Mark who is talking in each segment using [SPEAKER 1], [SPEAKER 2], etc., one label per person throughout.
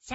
[SPEAKER 1] シ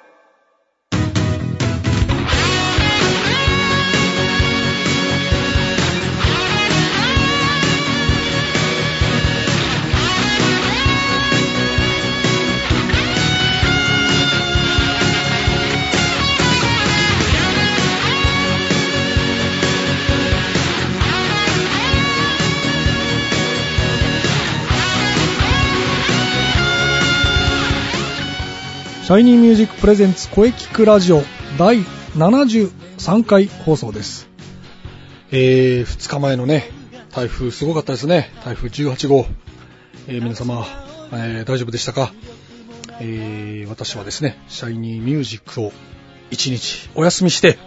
[SPEAKER 2] シャイニーミュージックプレゼンツ声聞くラジオ第73回放送です。えー、2日前のね、台風すごかったですね。台風18号。えー皆様、えー大丈夫でしたかえー私はですね、シャイニーミュージックを1日お休みして、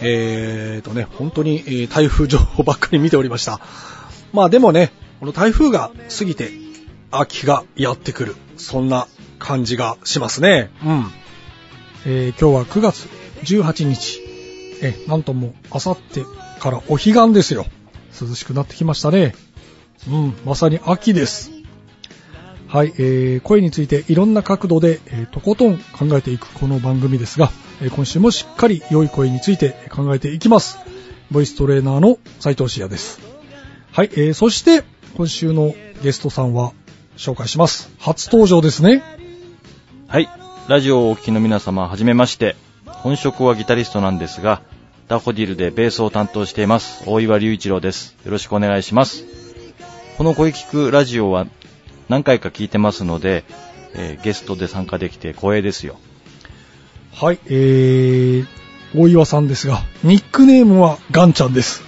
[SPEAKER 2] えーとね、本当にえー台風情報ばっかり見ておりました。まあでもね、この台風が過ぎて秋がやってくる。そんな感じがしますね。うん。えー今日は9月18日。えー、なんともう、あさってからお彼岸ですよ。涼しくなってきましたね。うん、まさに秋です。はい、えー声についていろんな角度で、えーとことん考えていくこの番組ですが、えー今週もしっかり良い声について考えていきます。ボイストレーナーの斉藤慎也です。はい、えーそして、今週のゲストさんは紹介します。初登場ですね。
[SPEAKER 3] はい。ラジオをお聞きの皆様、はじめまして。本職はギタリストなんですが、ダホディルでベースを担当しています、大岩隆一郎です。よろしくお願いします。この声聞くラジオは何回か聞いてますので、えーゲストで参加できて光栄ですよ。
[SPEAKER 2] はい、えー、大岩さんですが、ニックネームはガンちゃんです。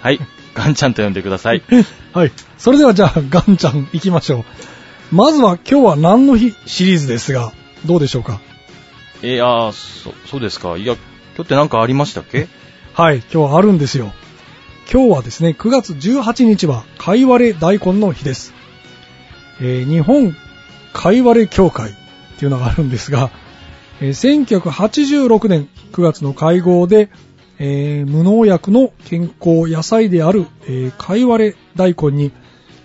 [SPEAKER 3] はい。 ガンちゃんと呼んでください。
[SPEAKER 2] はい。それではじゃあ、ガンちゃん行きましょう。まずは今日は何の日シリーズですが、どうでしょうか
[SPEAKER 3] えー、あーそ、そうですか。いや、今日って何かありましたっけ
[SPEAKER 2] はい、今日はあるんですよ。今日はですね、9月18日は、かいわれ大根の日です。えー日本かいわれ協会っていうのがあるんですが、えー1986年9月の会合で、えー無農薬の健康野菜である、えーかいわれ大根に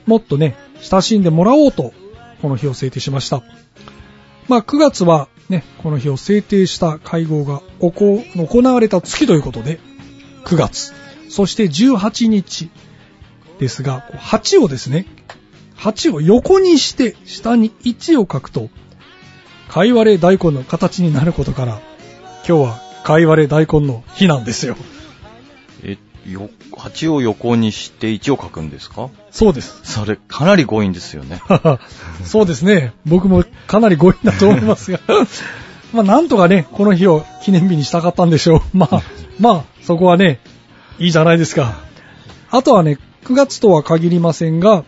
[SPEAKER 2] もっとね、親しんでもらおうと、この日を制定しました。まあ、9月はね、この日を制定した会合がおこ行われた月ということで、9月。そして18日ですが、こう8をですね、8を横にして下に1を書くと、かいわれ大根の形になることから、今日はかいわれ大根の日なんですよ。
[SPEAKER 3] え、よ、8を横にして1を書くんですか
[SPEAKER 2] そうです。
[SPEAKER 3] それ、かなり強引ですよね。
[SPEAKER 2] そうですね。僕もかなり強引だと思いますが。まあ、なんとかね、この日を記念日にしたかったんでしょう。 まあ、まあ、そこはね、いいじゃないですか。あとはね、9月とは限りませんが、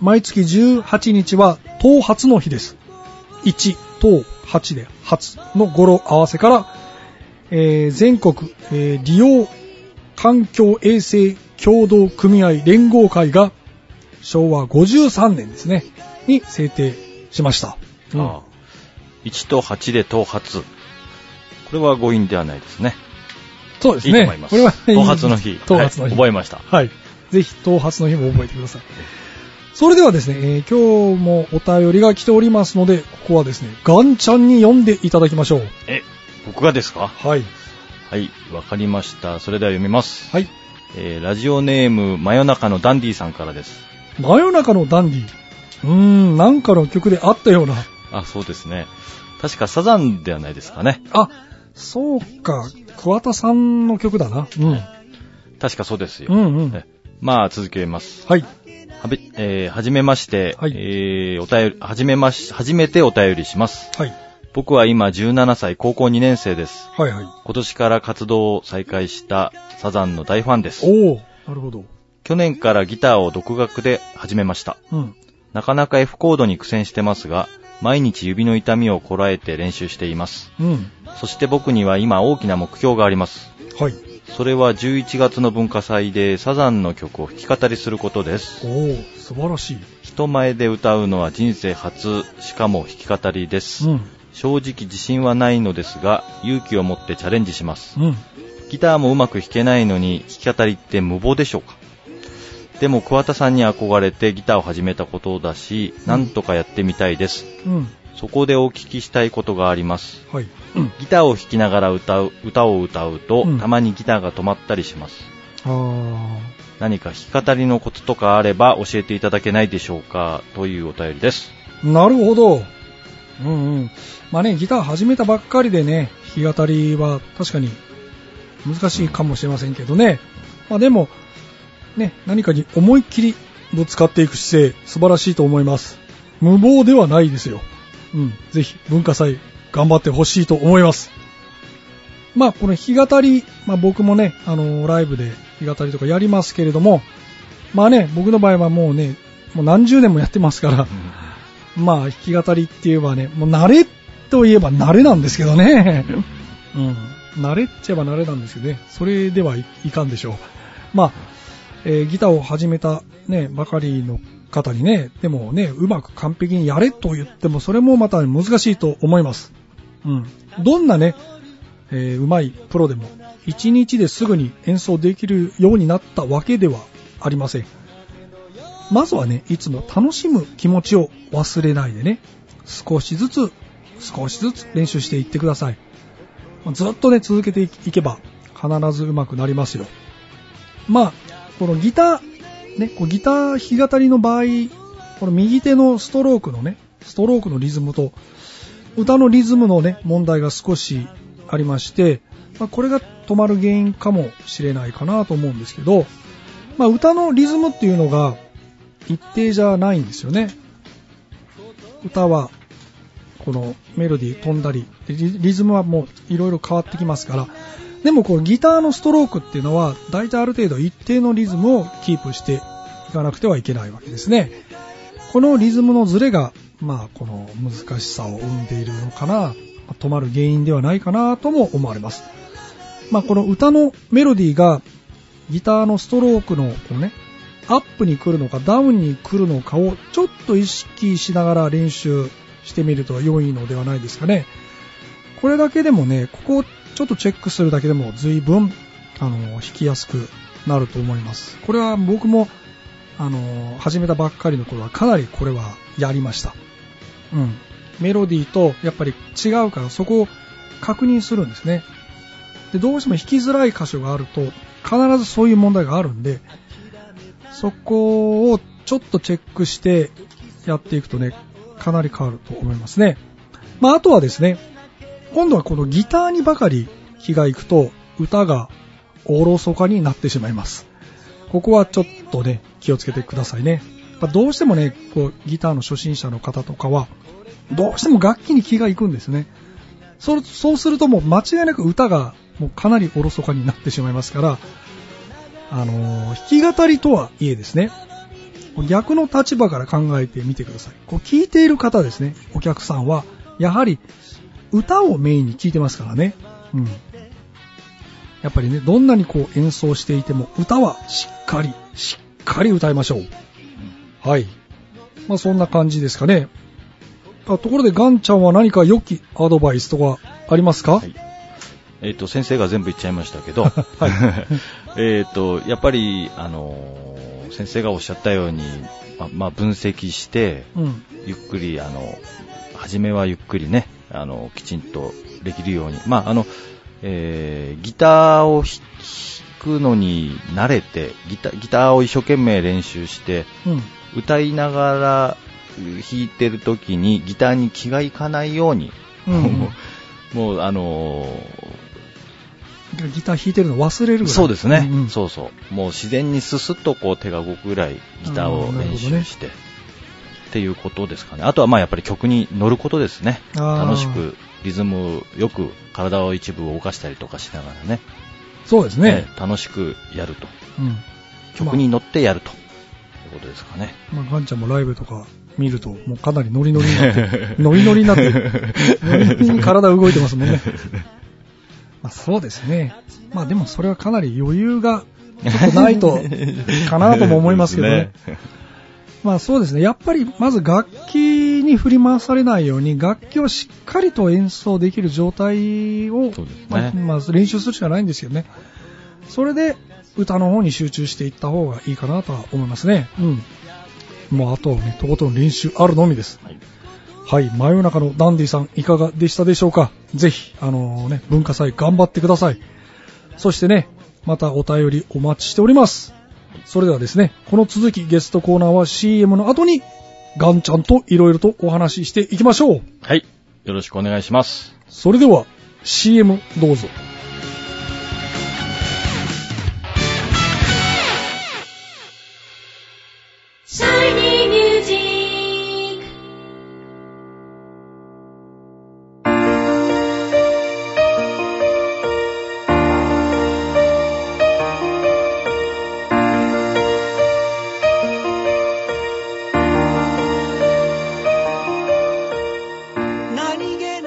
[SPEAKER 2] 毎月18日は、頭髪の日です。1、頭8で、初の語呂合わせから、えー全国、えー利用環境衛生協同組合連合会が、昭和53年ですね、に制定しました。うん
[SPEAKER 3] ああ1と8で頭髪。これは強引ではないですね。
[SPEAKER 2] そうです
[SPEAKER 3] いい
[SPEAKER 2] ね。
[SPEAKER 3] と思います。
[SPEAKER 2] これは
[SPEAKER 3] 頭髪の日。
[SPEAKER 2] 頭髪の
[SPEAKER 3] はい
[SPEAKER 2] 日。
[SPEAKER 3] 覚えました。
[SPEAKER 2] はい。ぜひ、頭髪の日も覚えてください。それではですね、えー今日もお便りが来ておりますので、ここはですね、ガンちゃんに読んでいただきましょう。
[SPEAKER 3] え、僕がですか
[SPEAKER 2] はい。
[SPEAKER 3] はい、わかりました。それでは読みます。
[SPEAKER 2] はい。
[SPEAKER 3] えーラジオネーム、真夜中のダンディさんからです。
[SPEAKER 2] 真夜中のダンディ。うーん、なんかの曲であったような。
[SPEAKER 3] あ、そうですね。確かサザンではないですかね。
[SPEAKER 2] あ、そうか、桑田さんの曲だな。う
[SPEAKER 3] 確かそうですよ。
[SPEAKER 2] ん。うんうん。
[SPEAKER 3] えまあ、続けます。
[SPEAKER 2] はい。
[SPEAKER 3] はべ、えーはじめまして、
[SPEAKER 2] はい
[SPEAKER 3] えーお便り、はじめまし、初めてお便りします。
[SPEAKER 2] はい。
[SPEAKER 3] 僕は今17歳、高校2年生です。
[SPEAKER 2] はいはい。
[SPEAKER 3] 今年から活動を再開したサザンの大ファンです。
[SPEAKER 2] おおなるほど。
[SPEAKER 3] 去年からギターを独学で始めました。
[SPEAKER 2] うん。
[SPEAKER 3] なかなか F コードに苦戦してますが、毎日指の痛みをこらえて練習しています。
[SPEAKER 2] うん。
[SPEAKER 3] そして僕には今大きな目標があります。
[SPEAKER 2] はい。
[SPEAKER 3] それは11月の文化祭でサザンの曲を弾き語りすることです
[SPEAKER 2] お。お素晴らしい。
[SPEAKER 3] 人前で歌うのは人生初、しかも弾き語りです。
[SPEAKER 2] うん。
[SPEAKER 3] 正直自信はないのですが、勇気を持ってチャレンジします。
[SPEAKER 2] うん。
[SPEAKER 3] ギターもうまく弾けないのに弾き語りって無謀でしょうかでも桑田さんに憧れてギターを始めたことだし、なんとかやってみたいです。
[SPEAKER 2] うん。
[SPEAKER 3] そこでお聞きしたいことがあります。
[SPEAKER 2] はい。うん。
[SPEAKER 3] ギターを弾きながら歌う、歌を歌うと、
[SPEAKER 2] うん
[SPEAKER 3] たまにギターが止まったりします。
[SPEAKER 2] あ
[SPEAKER 3] 何か弾き語りのコツとかあれば教えていただけないでしょうかというお便りです。
[SPEAKER 2] ー。なるほど。うんうん。まあね、ギター始めたばっかりでね、弾き語りは確かに難しいかもしれませんけどね。まあでも、ね、何かに思いっきりぶつかっていく姿勢、素晴らしいと思います。無謀ではないですよ。うん。ぜひ、文化祭、頑張ってほしいと思います。まあ、この弾き語り、まあ僕もね、あのライブで弾き語りとかやりますけれども、まあね、僕の場合はもうね、もう何十年もやってますから、まあ、弾き語りって言えばね、もう慣れといえば慣れなんですけどね。 うん。慣れっちゃえば慣れなんですけどね。それではい、いかんでしょう。まあ、えーギターを始めたね、ばかりの方にね、でもね、うまく完璧にやれと言っても、それもまた難しいと思います。うん。どんなね、えーうまいプロでも、一日ですぐに演奏できるようになったわけではありません。まずはね、いつも楽しむ気持ちを忘れないでね、少しずつ、少しずつ練習していってください。ずっとね、続けていけば、必ず上手くなりますよ。まあ、このギター、ね、こうギター弾き語りの場合、この右手のストロークのね、ストロークのリズムと、歌のリズムのね、問題が少しありまして、まあ、これが止まる原因かもしれないかなと思うんですけど、まあ、歌のリズムっていうのが、一定じゃないんですよね。歌は、このメロディー飛んだり、リリズムはもういろいろ変わってきますから、でもこうギターのストロークっていうのは、大体ある程度一定のリズムをキープしていかなくてはいけないわけですね。このリズムのズレが、まあこの難しさを生んでいるのかな、まあ止まる原因ではないかなとも思われます。まあこの歌のメロディーがギターのストロークのこうね、アップに来るのかダウンに来るのかをちょっと意識しながら練習してみると良いのではないですかね。これだけでもね、ここをちょっとチェックするだけでも随分、あの、弾きやすくなると思います。これは僕も、あの、始めたばっかりの頃はかなりこれはやりました。うん。メロディーとやっぱり違うからそこを確認するんですね。で、どうしても弾きづらい箇所があると、必ずそういう問題があるんで、そこをちょっとチェックしてやっていくとね、かなり変わると思いますね。まあ、あとはですね、今度はこのギターにばかり気がいくと、歌がおろそかになってしまいます。ここはちょっとね、気をつけてくださいね。まあどうしてもね、こう、ギターの初心者の方とかは、どうしても楽器に気がいくんですね。そうそうするともう間違いなく歌がもうかなりおろそかになってしまいますから、あのー弾き語りとはいえですね、逆の立場から考えてみてください。こう聞いている方ですね、お客さんは、やはり歌をメインに聞いてますからね。うん。やっぱりね、どんなにこう演奏していても、歌はしっかり、しっかり歌いましょう。はい。まあそんな感じですかね。あところでガンちゃんは何か良きアドバイスとかありますか、
[SPEAKER 3] はいえっ、と、先生が全部言っちゃいました けど、 えっと、やっぱり、あのー先生がおっしゃったように、ま、まあ、分析して、
[SPEAKER 2] うん。
[SPEAKER 3] ゆっくり、あの、初めはゆっくりね、あの、きちんとできるように。まあ、あの、えーギターをひ弾くのに慣れて、ギタギターを一生懸命練習して、
[SPEAKER 2] うん。
[SPEAKER 3] 歌いながらう弾いてる時にギターに気がいかないように、
[SPEAKER 2] うんうん
[SPEAKER 3] もうもうあの
[SPEAKER 2] ギター弾いてるの忘
[SPEAKER 3] ー
[SPEAKER 2] れるぐらい
[SPEAKER 3] そうですね、
[SPEAKER 2] うんうん
[SPEAKER 3] そうそうもう自然にススッとこう手が動くぐらいギターを練習して、っていうことですかねあとはまあやっぱり曲に乗ることですね
[SPEAKER 2] あー
[SPEAKER 3] 楽しくリズムよく体を一部動かしたりとかしながらね
[SPEAKER 2] そうですね。
[SPEAKER 3] えー楽しくやると
[SPEAKER 2] うん。
[SPEAKER 3] 曲に乗ってやると、いうことですかね
[SPEAKER 2] まあ、ガンちゃんもライブとか見ると、もうかなりノリノ リになって、ノリノリになって、ノリノリに体動いてますもんね。まあ、そうですね。まあでもそれはかなり余裕がちょっとないと、かなとも思います けどね。
[SPEAKER 3] そうです
[SPEAKER 2] まあそうですね。やっぱりまず楽器に振り回されないように、楽器をしっかりと演奏できる状態を、
[SPEAKER 3] そうですね
[SPEAKER 2] まあまあ練習するしかないんですよね。それで、歌の方に集中していった方がいいかなとは思いますね。うん。もうあとはね、とことん練習あるのみです。
[SPEAKER 3] はい。
[SPEAKER 2] はい、真夜中のダンディさん、いかがでしたでしょうかぜひ、あのね、文化祭頑張ってください。そしてね、またお便りお待ちしております。それではですね、この続きゲストコーナーは CM の後に、ガンちゃんといろいろとお話ししていきましょう。
[SPEAKER 3] はい。よろしくお願いします。
[SPEAKER 2] それでは、CM どうぞ。
[SPEAKER 4] シャイニーミュージック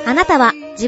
[SPEAKER 1] あなたは自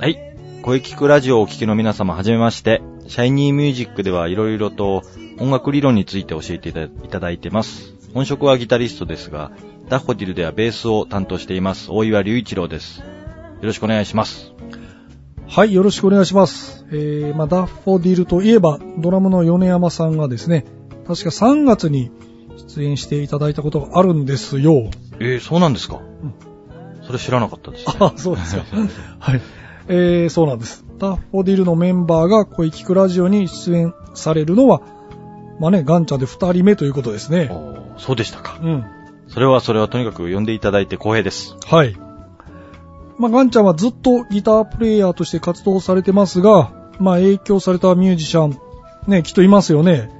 [SPEAKER 3] はい。声聞くラジオをお聞きの皆様、はじめまして。シャイニーミュージックではいろいろと音楽理論について教えていたいただいてます。本職はギタリストですが、ダッホディルではベースを担当しています、大岩隆一郎です。よろしくお願いします。
[SPEAKER 2] はい、よろしくお願いします。えー、まあ、ダッフォディルといえば、ドラムの米山さんがですね、確か3月に出演していただいたことがあるんですよ。
[SPEAKER 3] えー、そうなんですか、それ知らなかったです、ね。
[SPEAKER 2] あ、そうですか。はい。えー、そうなんです。ダッフォディルのメンバーが声聞くラジオに出演されるのは、まあね、ガンちゃんで2人目ということですね。
[SPEAKER 3] おーそうでしたか。
[SPEAKER 2] うん。
[SPEAKER 3] それはそれはとにかく呼んでいただいて光栄です。
[SPEAKER 2] はい。まあ、ガンちゃんはずっとギタープレイヤーとして活動されてますが、まあ、影響されたミュージシャン、ね、きっといますよね。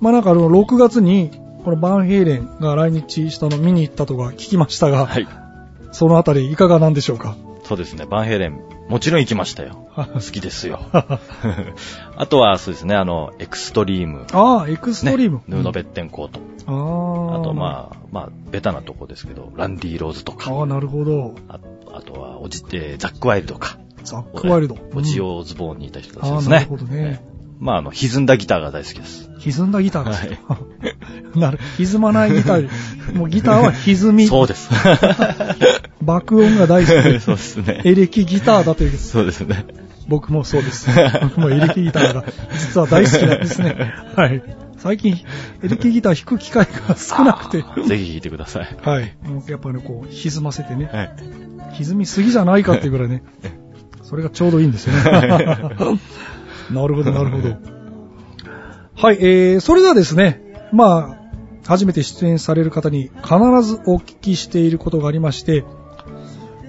[SPEAKER 2] まあ、なんかあの、6月に、このバンヘイレンが来日したの見に行ったとか聞きました が、
[SPEAKER 3] はい。
[SPEAKER 2] そのあたりいかがなんでしょうか
[SPEAKER 3] そうですね、バンヘイレン、もちろん行きました よ。
[SPEAKER 2] 好
[SPEAKER 3] 好きですよ。 あとは、そうですね、あの、エクストリーム。
[SPEAKER 2] ああ、エクストリーム。
[SPEAKER 3] ね、ヌーノベッテンコート。
[SPEAKER 2] ああ。
[SPEAKER 3] あと、まあ、まあ、ベタなとこですけど、ランディ・ローズとか。
[SPEAKER 2] ああ、なるほど。
[SPEAKER 3] ああとは、おじ、えーザック・ワイルドか。
[SPEAKER 2] ザックワイルド。
[SPEAKER 3] おじ
[SPEAKER 2] うん
[SPEAKER 3] オズボーンにいた人たち
[SPEAKER 2] あ
[SPEAKER 3] で
[SPEAKER 2] あ、
[SPEAKER 3] す
[SPEAKER 2] なる
[SPEAKER 3] ね
[SPEAKER 2] ほ。どね。
[SPEAKER 3] まあ、あの、歪んだギターが大好きです。
[SPEAKER 2] 歪んだギターですね。 なる。歪まないギタ ー。もうギターは歪み。
[SPEAKER 3] そう です。
[SPEAKER 2] 爆音が大好き
[SPEAKER 3] そうですね。
[SPEAKER 2] エレキギターだというです。
[SPEAKER 3] そうですね。
[SPEAKER 2] 僕もそう です。僕もエレキギターが実は大好きなんですね。 はい。最近、エレキギター弾く機会が少な くて。
[SPEAKER 3] あーぜひ弾いてください。
[SPEAKER 2] はい。もうやっぱね、こう、歪ませてね。
[SPEAKER 3] はい。
[SPEAKER 2] 歪みすぎじゃないかっていうぐらいね。それがちょうどいいんですよね。なるほど、なるほど。はい、えー、それではですね、まあ、初めて出演される方に必ずお聞きしていることがありまして、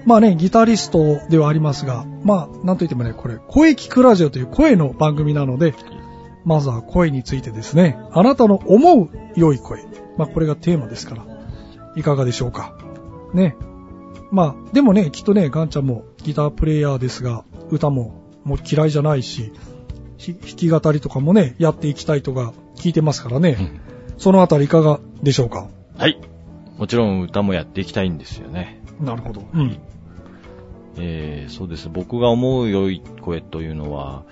[SPEAKER 2] まあね、ギタリストではありますが、まあ、なんといってもね、これ、声聞くラジオという声の番組なので、まずは声についてですね、あなたの思う良い声、まあこれがテーマですから、いかがでしょうか。ね、まあ、でもね、きっとね、ガンちゃんもギタープレイヤーですが、歌ももう嫌いじゃないし、ひ弾き語りとかもね、やっていきたいとか聞いてますからね、そのあたりいかがでしょうか
[SPEAKER 3] はい。もちろん歌もやっていきたいんですよね。
[SPEAKER 2] なるほど。うん。
[SPEAKER 3] えー、そうです。僕が思う良い声というのは、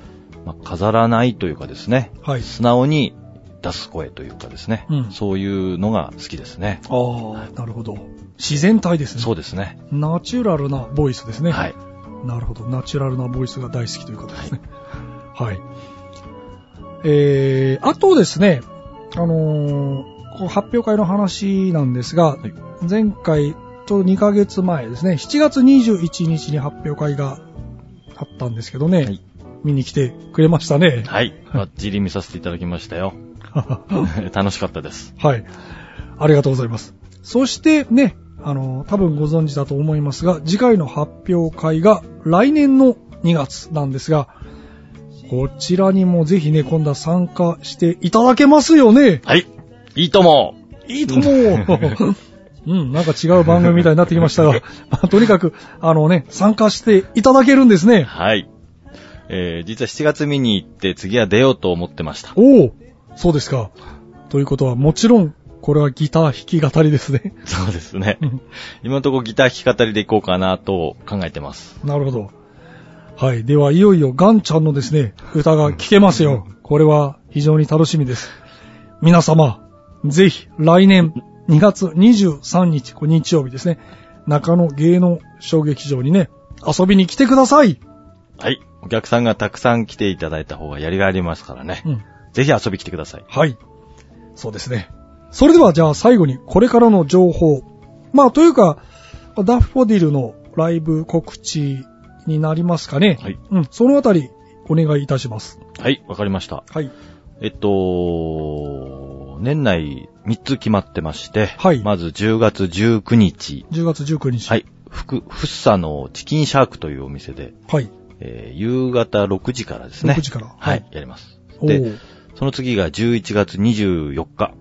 [SPEAKER 3] まあ、飾らないというかですね、
[SPEAKER 2] はい。
[SPEAKER 3] 素直に出す声というかですね、
[SPEAKER 2] うん
[SPEAKER 3] そういうのが好きですね。
[SPEAKER 2] ああ、なるほど。自然体ですね。
[SPEAKER 3] そうですね。
[SPEAKER 2] ナチュラルなボイスですね。
[SPEAKER 3] はい。
[SPEAKER 2] なるほど。ナチュラルなボイスが大好きということですね。はい。えー、あとですね、あのーこう発表会の話なんですが、
[SPEAKER 3] はい
[SPEAKER 2] 前回、ちょうど2ヶ月前ですね、7月21日に発表会があったんですけどね、
[SPEAKER 3] はい
[SPEAKER 2] 見に来てくれまし たね。
[SPEAKER 3] はい。バッチリ見させていただきましたよ。 楽しかったです。
[SPEAKER 2] はい。ありがとうございます。そしてね、あの、多分ご存知だと思いますが、次回の発表会が来年の2月なんですが、こちらにもぜひね、今度は参加していただけますよね。
[SPEAKER 3] はい。いいとも
[SPEAKER 2] いいともうん、なんか違う番組みたいになってきましたが、 まあとにかく、あのね、参加していただけるんですね。
[SPEAKER 3] はい。えー、実は7月見に行って次は出ようと思ってま した。
[SPEAKER 2] おおそうですか。ということは、もちろん、これはギター弾き語りですね。
[SPEAKER 3] そうですね
[SPEAKER 2] うん。
[SPEAKER 3] 今のところギター弾き語りでいこうかなと考えてます。
[SPEAKER 2] なるほど。はい。では、いよいよガンちゃんのですね、歌が聴けますよ。これは非常に楽しみです。皆様、ぜひ来年2月23日、これ日曜日ですね、中野芸能小劇場にね、遊びに来てください。
[SPEAKER 3] はい。お客さんがたくさん来ていただいた方がやりがいありますからね。
[SPEAKER 2] うん。
[SPEAKER 3] ぜひ遊び来てください。
[SPEAKER 2] はい。そうですね。それではじゃあ最後にこれからの情報。まあというか、ダッフォディルのライブ告知になりますかね。
[SPEAKER 3] はい。
[SPEAKER 2] うん。そのあたりお願いいたします。
[SPEAKER 3] はい、わかりました。
[SPEAKER 2] はい。
[SPEAKER 3] えっと、年内3つ決まってまして、
[SPEAKER 2] はい
[SPEAKER 3] まず10月19日、
[SPEAKER 2] 10月19日。
[SPEAKER 3] はい、福、福さのチキンシャークというお店で、
[SPEAKER 2] はい。
[SPEAKER 3] えー夕方6時からですね。
[SPEAKER 2] 6時から
[SPEAKER 3] は
[SPEAKER 2] はい
[SPEAKER 3] い、やります。
[SPEAKER 2] お
[SPEAKER 3] で、
[SPEAKER 2] ー
[SPEAKER 3] その次が11月24日。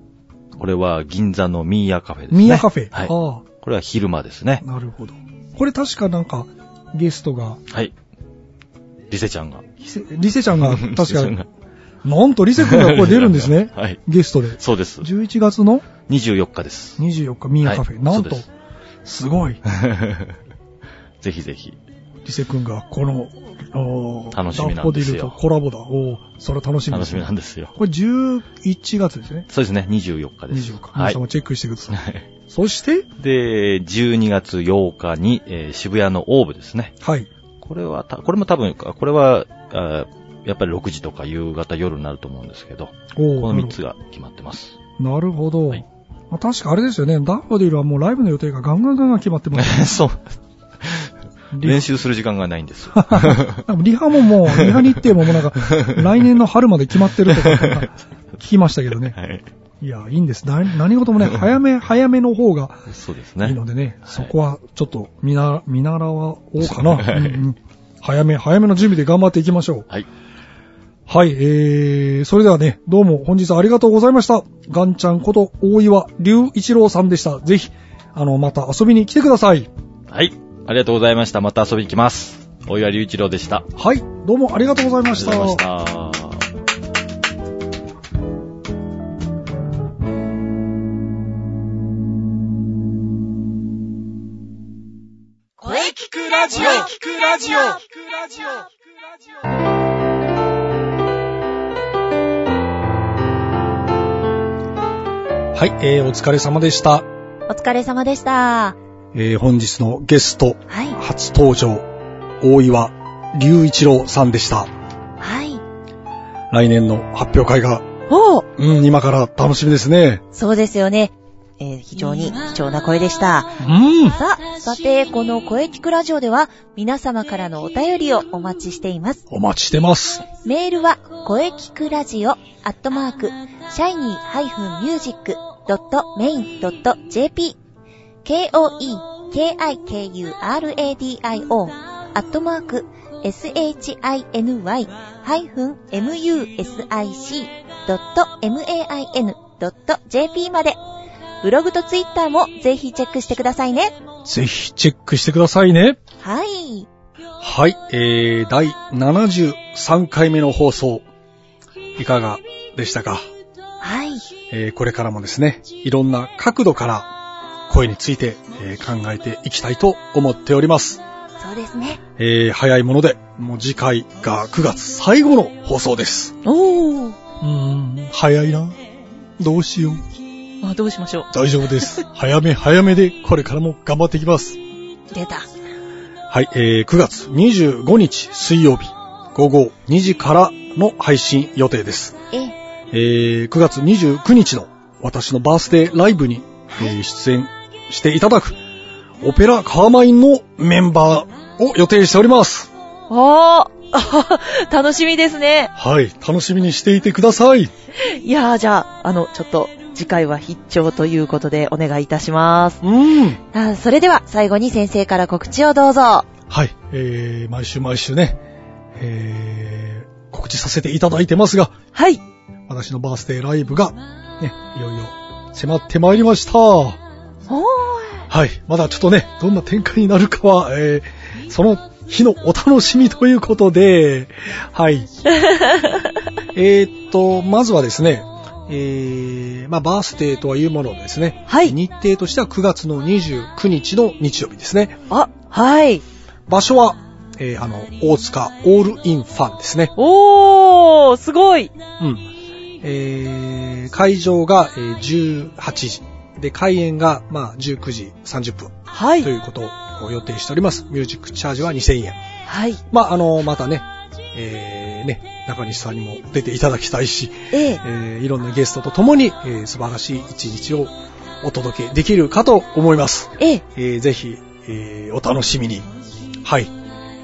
[SPEAKER 3] これは銀座のミーヤカフェですね。
[SPEAKER 2] ミーアカフェ。
[SPEAKER 3] はい。こ
[SPEAKER 2] あ
[SPEAKER 3] れは昼間ですね
[SPEAKER 2] あ、。なるほど。これ確かなんか、ゲストが、
[SPEAKER 3] はい。リセちゃんが。
[SPEAKER 2] ひせリセちゃ んが
[SPEAKER 3] リ
[SPEAKER 2] 確
[SPEAKER 3] セちゃん
[SPEAKER 2] か
[SPEAKER 3] が、
[SPEAKER 2] なんとリセ君がこれ出るんですね。
[SPEAKER 3] はい。
[SPEAKER 2] ゲストで。
[SPEAKER 3] そうです。
[SPEAKER 2] 11月の
[SPEAKER 3] 24日です。
[SPEAKER 2] 24日、ミーアカフェ。
[SPEAKER 3] はい
[SPEAKER 2] なんと
[SPEAKER 3] そうです、
[SPEAKER 2] すごい。
[SPEAKER 3] ぜひぜひ。
[SPEAKER 2] リセ君がこの、おー
[SPEAKER 3] 楽しみなんですよ
[SPEAKER 2] ダッフォディルとコラボだ。おーそれ楽しみで
[SPEAKER 3] 楽
[SPEAKER 2] す
[SPEAKER 3] しみなんですよ。
[SPEAKER 2] これ11月ですね。
[SPEAKER 3] そうですね、24日です。
[SPEAKER 2] 24日。
[SPEAKER 3] は
[SPEAKER 2] 皆
[SPEAKER 3] い
[SPEAKER 2] さん。もチェックしてください。そして、
[SPEAKER 3] で、12月8日に、えー渋谷のオーブですね。
[SPEAKER 2] はい。
[SPEAKER 3] これはた、これも多分、あこれは、あーやっぱり6時とか夕方夜になると思うんですけど、
[SPEAKER 2] おー
[SPEAKER 3] この3つが決まって ます。
[SPEAKER 2] なるほど。
[SPEAKER 3] はい。
[SPEAKER 2] まあ、確かあれですよね、ダッフォディルはもうライブの予定がガンガンガンガン決まってます
[SPEAKER 3] そう。
[SPEAKER 2] リ
[SPEAKER 3] 練習する時間がないんですよ。
[SPEAKER 2] リハももう、リハ日程もも うなんか、来年の春まで決まってるとか、なんか聞きましたけどね。
[SPEAKER 3] はい。
[SPEAKER 2] いや、いいんです。な何事 もね、早め、早めの方が
[SPEAKER 3] そうですね。
[SPEAKER 2] いいのでね、
[SPEAKER 3] はい
[SPEAKER 2] そこはちょっと見な、見習おうかな。
[SPEAKER 3] はい
[SPEAKER 2] うんうん早め、早めの準備で頑張っていきましょう。
[SPEAKER 3] はい。
[SPEAKER 2] はい、えー、それではね、どうも本日はありがとうございました。ガンちゃんこと大岩隆一郎さんでした。ぜひ、あの、また遊びに来てください。
[SPEAKER 3] はい。ありがとうございました。また遊びに来ます。大岩隆一郎でした。あり
[SPEAKER 2] はい、どうもありがとうございま
[SPEAKER 3] が
[SPEAKER 2] し。
[SPEAKER 3] とうございましたた。
[SPEAKER 5] 声聞くラジオ声聞くラジオ
[SPEAKER 2] はい、えー、お疲れ様でした。
[SPEAKER 1] お疲れ様でした。
[SPEAKER 2] えー、本日のゲスト、
[SPEAKER 1] はい。
[SPEAKER 2] 初登場、大岩隆一郎さんでした。
[SPEAKER 1] はい。
[SPEAKER 2] 来年の発表会が、
[SPEAKER 6] おお
[SPEAKER 2] うん、今から楽しみですね。
[SPEAKER 6] そうですよね。えー非常に貴重な声でした。
[SPEAKER 2] うん。
[SPEAKER 6] さあ、さて、この声聞くラジオでは、皆様からのお便りをお待ちしています。
[SPEAKER 2] お待ちしてます。
[SPEAKER 6] メールは、声聞くラジオ、アットマーク、shiny-music.main.jp、k-o-e-k-i-k-u-r-a-d-i-o、アットマーク、shiny-music.main.jp まで、ブログとツイッターもぜひチェックしてくださいね。
[SPEAKER 2] ぜひチェックしてくださいね。
[SPEAKER 6] はい。
[SPEAKER 2] はい、えー、第73回目の放送、いかがでしたか、
[SPEAKER 6] はい。
[SPEAKER 2] えー、これからもですね、いろんな角度から声について、えー考えていきたいと思っております。
[SPEAKER 6] そうですね。
[SPEAKER 2] えー、早いもので、もう次回が9月最後の放送です。
[SPEAKER 6] おー。
[SPEAKER 2] うーん、早いな。どうしよう。
[SPEAKER 7] あ、どうしましょう。
[SPEAKER 2] 大丈夫 です。早め早めで、これからも頑張っていきます。
[SPEAKER 6] 出た。
[SPEAKER 2] はい、えー、9月25日水曜日午後2時からの配信予定です。
[SPEAKER 6] ええ、
[SPEAKER 2] えー、9月29日の私のバースデーライブに、えー出演していただくオペラカーマインのメンバーを予定しております。
[SPEAKER 7] おー 楽しみですね。
[SPEAKER 2] はい、楽しみにしていてください。
[SPEAKER 7] いやー、じゃあ、あの、ちょっと、次回は必聴ということでお願いいたします。
[SPEAKER 2] うん。
[SPEAKER 6] あそれでは最後に先生から告知をどうぞ。
[SPEAKER 2] はい、えー、毎週毎週ね、えー、告知させていただいてますが、
[SPEAKER 7] はい。
[SPEAKER 2] 私のバースデーライブが、ね、いよいよ迫ってまいりました。
[SPEAKER 7] おー
[SPEAKER 2] はい。まだちょっとね、どんな展開になるかは、えー、その日のお楽しみということで、 はい。えーっと、まずはですね、えー、まあ、バースデーとはいうものですね。
[SPEAKER 7] はい。
[SPEAKER 2] 日程としては9月の29日の日曜日ですね。
[SPEAKER 7] あ、はい。
[SPEAKER 2] 場所は、えー、あの、大塚オールインファンですね。
[SPEAKER 7] おー、すごい。
[SPEAKER 2] うん。えー、会場が、えー18時。で、開演が、まあ、19時30分。
[SPEAKER 7] は
[SPEAKER 2] と
[SPEAKER 7] い。
[SPEAKER 2] いうことを予定しております。ミュージックチャージは2000円。
[SPEAKER 7] はい。
[SPEAKER 2] まあ、あの、またね、えー、ね、中西さんにも出ていただきたいし、
[SPEAKER 7] ええ
[SPEAKER 2] えー、いろんなゲストと共に、えー、素晴らしい一日をお届けできるかと思います。
[SPEAKER 6] ええ、
[SPEAKER 2] えー、ぜひ、えー、お楽しみに。はい。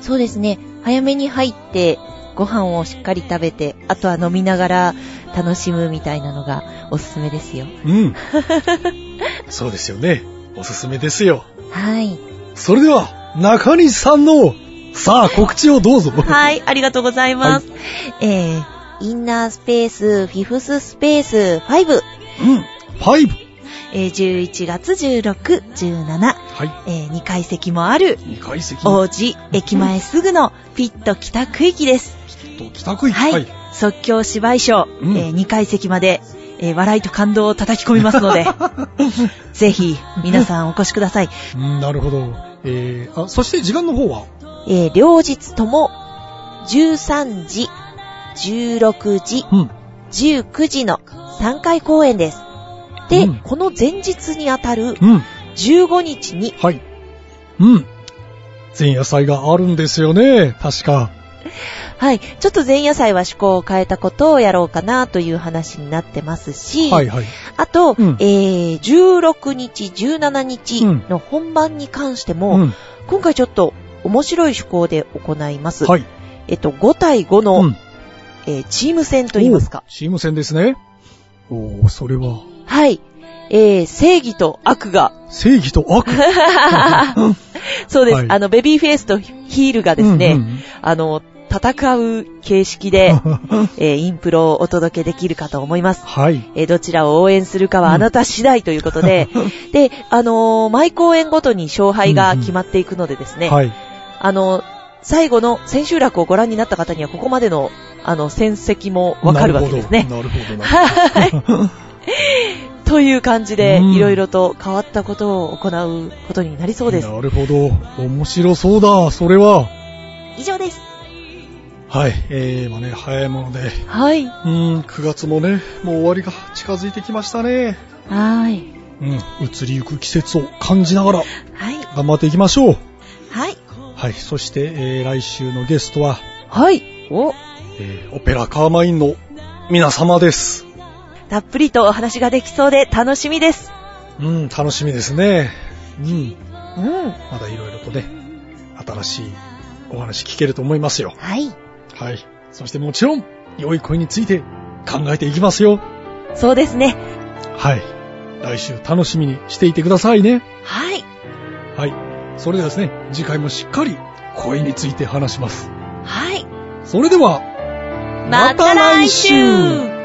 [SPEAKER 6] そうですね。早めに入って、ご飯をしっかり食べて、あとは飲みながら楽しむみたいなのがおすすめですよ。
[SPEAKER 2] うん。 そうですよね。おすすめですよ。
[SPEAKER 6] はい。
[SPEAKER 2] それでは、中西さんの、さあ、告知をどうぞ。
[SPEAKER 7] はい、ありがとうございます。
[SPEAKER 6] えー、インナースペース、フィフススペース5、
[SPEAKER 2] うん。ファイブ。
[SPEAKER 6] えー、11月16、17、
[SPEAKER 2] はい。
[SPEAKER 6] えー、2階席もある、
[SPEAKER 2] 二階席。
[SPEAKER 6] 王子駅前すぐのピット北区域です。
[SPEAKER 2] と、北区域。
[SPEAKER 6] はい。即興芝居賞、
[SPEAKER 2] うん
[SPEAKER 6] えー2階席まで、えー笑いと感動を叩き込みますの で、ぜひ皆さんお越しください。
[SPEAKER 2] うんなるほど。えー、あ、そして時間の方は
[SPEAKER 6] えー両日とも13時、16時、
[SPEAKER 2] うん。
[SPEAKER 6] 19時の3回公演です。で、
[SPEAKER 2] うん
[SPEAKER 6] この前日にあたる
[SPEAKER 2] うん。
[SPEAKER 6] 15日に、
[SPEAKER 2] はい。うん。前夜祭があるんですよね。確か。
[SPEAKER 6] はい、ちょっと前夜祭は趣向を変えたことをやろうかなという話になってますし、
[SPEAKER 2] はいはい。
[SPEAKER 6] あと、
[SPEAKER 2] うん
[SPEAKER 6] えー16日、17日
[SPEAKER 2] うん
[SPEAKER 6] の本番に関しても、
[SPEAKER 2] うん。
[SPEAKER 6] 今回ちょっと面白い趣向で行います。
[SPEAKER 2] はい。
[SPEAKER 6] えっと、5対5の、
[SPEAKER 2] うん。
[SPEAKER 6] えーチーム戦といいますか
[SPEAKER 2] お。チーム戦ですね。おー、それは、
[SPEAKER 6] はい。えー、正義と悪が。
[SPEAKER 2] 正義と 悪。
[SPEAKER 6] そうです。
[SPEAKER 2] はい
[SPEAKER 6] あの、ベビーフェイスとヒールがですね、
[SPEAKER 2] うんうん
[SPEAKER 6] あの、戦う形式で、えーインプロをお届けできるかと思います。
[SPEAKER 2] はい。
[SPEAKER 6] えーどちらを応援するかはあなた次第ということ で、で、あのー毎公演ごとに勝敗が決まっていくのでですね、
[SPEAKER 2] はい。
[SPEAKER 6] あの、最後の千秋楽をご覧になった方にはここまでの、あの、戦績もわかるわけですね。
[SPEAKER 2] なるほど。なるほど。
[SPEAKER 6] という感じで、
[SPEAKER 2] うん
[SPEAKER 6] いろいろと変わったことを行うことになりそうです。
[SPEAKER 2] なるほど。面白そうだ。それは。
[SPEAKER 6] 以上です。
[SPEAKER 2] はい。えー、まあね、早いもので。
[SPEAKER 6] はい。
[SPEAKER 2] うん、9月もね、もう終わりが近づいてきましたね。
[SPEAKER 6] はい。
[SPEAKER 2] うん、移りゆく季節を感じながら
[SPEAKER 6] はい。
[SPEAKER 2] 頑張っていきましょう。
[SPEAKER 6] はい。
[SPEAKER 2] はい、そして、えー来週のゲストは、
[SPEAKER 6] はい。お、
[SPEAKER 2] えーオペラカーマインの皆様です。
[SPEAKER 6] たっぷりとお話ができそうで楽しみです。
[SPEAKER 2] うん、楽しみですね。うん、
[SPEAKER 6] うん。
[SPEAKER 2] まだいろいろとね、新しいお話聞けると思いますよ。
[SPEAKER 6] はい。
[SPEAKER 2] はい、そしてもちろん、良い声について考えていきますよ。
[SPEAKER 6] そうですね。
[SPEAKER 2] はい、来週楽しみにしていてくださいね。
[SPEAKER 6] はい。
[SPEAKER 2] はい、それではですね、次回もしっかり声について話します。
[SPEAKER 6] はい。
[SPEAKER 2] それでは、
[SPEAKER 6] また来週